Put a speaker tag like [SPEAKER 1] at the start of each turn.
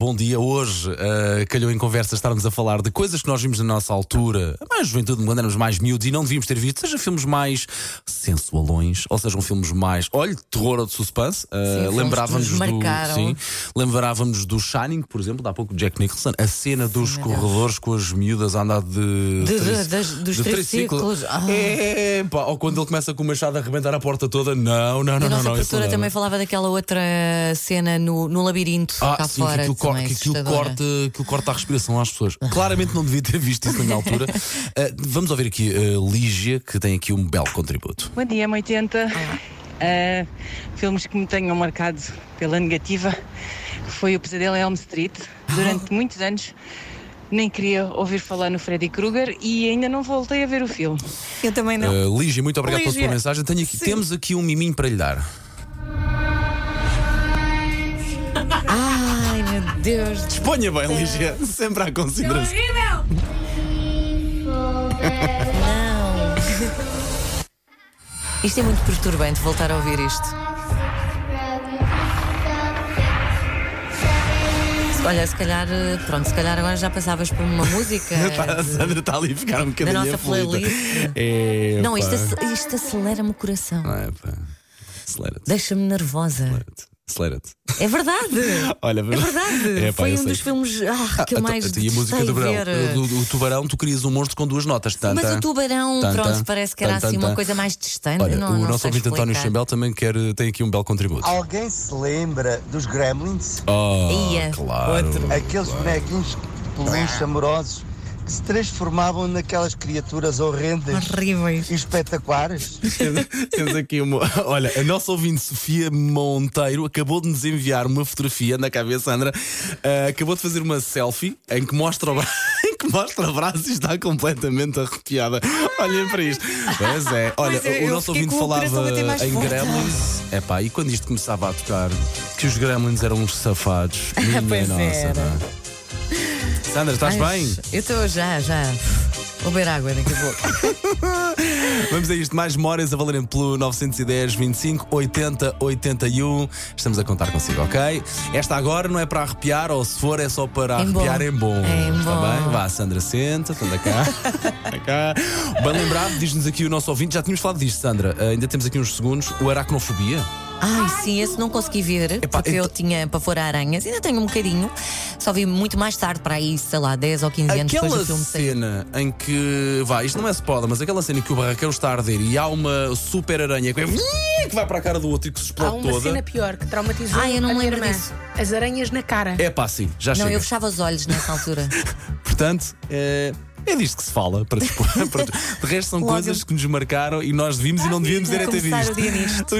[SPEAKER 1] Bom dia, hoje ah, calhou em conversa estarmos a falar de coisas que nós vimos na nossa altura, a mais juventude, quando éramos mais miúdos e não devíamos ter visto, seja filmes mais sensualões, ou sejam filmes mais, olha, terror ou de suspense. Ah,
[SPEAKER 2] filmes que
[SPEAKER 1] lembrávamos
[SPEAKER 2] nos
[SPEAKER 1] do.
[SPEAKER 2] marcaram.
[SPEAKER 1] Sim, lembrávamos do Shining, por exemplo, de há pouco Jack Nicholson, a cena dos
[SPEAKER 2] meu Deus.
[SPEAKER 1] corredores com as miúdas a andar de.
[SPEAKER 2] De- de-
[SPEAKER 1] tric-
[SPEAKER 2] das- dos
[SPEAKER 1] de
[SPEAKER 2] triciclos. Ah.
[SPEAKER 1] É, pá, ou quando ele começa com o machado a arrebentar a porta toda, não, não, não,
[SPEAKER 2] E a
[SPEAKER 1] não.
[SPEAKER 2] nossa
[SPEAKER 1] não, isso não
[SPEAKER 2] professora
[SPEAKER 1] dá,
[SPEAKER 2] também
[SPEAKER 1] não.
[SPEAKER 2] falava daquela outra cena no, no labirinto
[SPEAKER 1] Ah,
[SPEAKER 2] cá
[SPEAKER 1] sim, que
[SPEAKER 2] fora.
[SPEAKER 1] aquilo, cor-
[SPEAKER 2] também é
[SPEAKER 1] que aquilo
[SPEAKER 2] assustadora.
[SPEAKER 1] corta, aquilo corta a respiração às pessoas. Claramente não devia ter visto isso na minha altura. Ah, vamos ouvir aqui a Lígia, que tem aqui um belo contributo.
[SPEAKER 3] Bom dia, 80. Ah, filmes que me tenham marcado pela negativa foi O Pesadelo em Elm Street. Durante muitos anos nem queria ouvir falar no Freddy Krueger e ainda não voltei a ver o filme.
[SPEAKER 4] Eu também não.
[SPEAKER 1] Ah, Lígia, muito obrigado pela sua
[SPEAKER 4] Lígia,
[SPEAKER 1] mensagem. Tenho aqui- temos aqui um miminho para lhe dar.
[SPEAKER 2] Ai meu Deus.
[SPEAKER 1] Disponha
[SPEAKER 2] É.
[SPEAKER 1] bem, Lígia, sempre à consideração.
[SPEAKER 2] Não. Isto é muito perturbante voltar a ouvir isto. Se- Olha, se calhar, eh, pronto, se calhar agora já passavas por uma música.
[SPEAKER 1] A Sandra está ali a ficar um bocadinho
[SPEAKER 2] Da nossa
[SPEAKER 1] aflita.
[SPEAKER 2] playlist.
[SPEAKER 1] É,
[SPEAKER 2] Não,
[SPEAKER 1] pá.
[SPEAKER 2] isto, ace- isto acelera-me o coração.
[SPEAKER 1] Ah, pá. Acelera-te,
[SPEAKER 2] Deixa-me nervosa.
[SPEAKER 1] acelera-te, acelera-te.
[SPEAKER 2] É verdade.
[SPEAKER 1] Olha,
[SPEAKER 2] É verdade.
[SPEAKER 1] É, pá,
[SPEAKER 2] Foi
[SPEAKER 1] eu
[SPEAKER 2] um
[SPEAKER 1] sei.
[SPEAKER 2] dos filmes ah, que eu
[SPEAKER 1] Ah,
[SPEAKER 2] mais
[SPEAKER 1] então, e a música do
[SPEAKER 2] detestei
[SPEAKER 1] verão.
[SPEAKER 2] ver.
[SPEAKER 1] O, o tubarão, tu crias um monstro com duas notas. Tan,
[SPEAKER 2] Mas
[SPEAKER 1] tan,
[SPEAKER 2] o tubarão,
[SPEAKER 1] tan,
[SPEAKER 2] pronto,
[SPEAKER 1] tan,
[SPEAKER 2] parece que era
[SPEAKER 1] tan, tan,
[SPEAKER 2] assim uma
[SPEAKER 1] tan.
[SPEAKER 2] coisa mais distante.
[SPEAKER 1] Olha,
[SPEAKER 2] não,
[SPEAKER 1] o
[SPEAKER 2] não
[SPEAKER 1] nosso
[SPEAKER 2] sei
[SPEAKER 1] ouvinte António
[SPEAKER 2] explicar.
[SPEAKER 1] Chambel também quer, tem aqui um belo contributo.
[SPEAKER 5] Alguém se lembra dos Gremlins?
[SPEAKER 1] Oh,
[SPEAKER 2] Ia.
[SPEAKER 1] claro.
[SPEAKER 5] Aqueles bonequinhos de peluche amorosos que se transformavam naquelas criaturas horrendas
[SPEAKER 2] Horríveis.
[SPEAKER 5] e espetaculares?
[SPEAKER 1] Temos aqui uma. Olha, a nossa ouvinte Sofia Monteiro acabou de nos enviar uma fotografia, na cabeça, Sandra. ah, acabou de fazer uma selfie em que mostra o braço. em que mostra o braço e está completamente arrepiada. Olhem para isto. Pois é. Olha,
[SPEAKER 4] Pois é,
[SPEAKER 1] o
[SPEAKER 4] eu
[SPEAKER 1] nosso
[SPEAKER 4] fiquei
[SPEAKER 1] ouvinte
[SPEAKER 4] com o coração a
[SPEAKER 1] falava
[SPEAKER 4] bater mais
[SPEAKER 1] em
[SPEAKER 4] forte.
[SPEAKER 1] gremlins. É pá, e quando isto começava a tocar, que os gremlins eram uns safados. Minha
[SPEAKER 2] Pois
[SPEAKER 1] nossa.
[SPEAKER 2] era.
[SPEAKER 1] pá. Sandra, estás bem?
[SPEAKER 2] Eu estou já, já. Vou beber água daqui a pouco.
[SPEAKER 1] Vamos a isto, mais memórias a valerem pelo 910 25 80 81. Estamos a contar consigo, ok? Esta agora não é para arrepiar, ou se for, é só para
[SPEAKER 2] Em bom. É,
[SPEAKER 1] arrepiar em bom.
[SPEAKER 2] Em
[SPEAKER 1] Está
[SPEAKER 2] bom.
[SPEAKER 1] bem? Vá, Sandra, senta, anda cá. Anda cá. Bem lembrado, diz-nos aqui o nosso ouvinte, já tínhamos falado disto, Sandra, eh, ainda temos aqui uns segundos, o aracnofobia.
[SPEAKER 2] Ai, sim, esse não consegui ver,
[SPEAKER 1] Epá,
[SPEAKER 2] porque eu
[SPEAKER 1] então-
[SPEAKER 2] tinha para fora aranhas. Ainda tenho um bocadinho. Só vi muito mais tarde, para aí, sei lá, 10 ou 15 anos depois
[SPEAKER 1] Aquela
[SPEAKER 2] do filme sair.
[SPEAKER 1] cena em que, vá, isto não é spoiler, mas aquela cena em que o barraqueiro está a arder e há uma super aranha que, é- que vai para a cara do outro e que se
[SPEAKER 6] Há
[SPEAKER 1] explode
[SPEAKER 6] uma
[SPEAKER 1] toda.
[SPEAKER 6] cena pior que traumatizou
[SPEAKER 2] Ah, eu não
[SPEAKER 6] a
[SPEAKER 2] me
[SPEAKER 6] minha
[SPEAKER 2] lembro
[SPEAKER 6] irmã.
[SPEAKER 2] disso.
[SPEAKER 6] As aranhas na cara.
[SPEAKER 1] É pá, sim, já
[SPEAKER 2] Não,
[SPEAKER 1] chega.
[SPEAKER 2] eu fechava os olhos nessa altura.
[SPEAKER 1] Portanto, é, é disto que se fala. Para dispor, para- de resto, são
[SPEAKER 2] Logo.
[SPEAKER 1] coisas que nos marcaram e nós vimos e não devíamos ter
[SPEAKER 2] Vou
[SPEAKER 1] até
[SPEAKER 2] começar o dia nisto.
[SPEAKER 1] visto.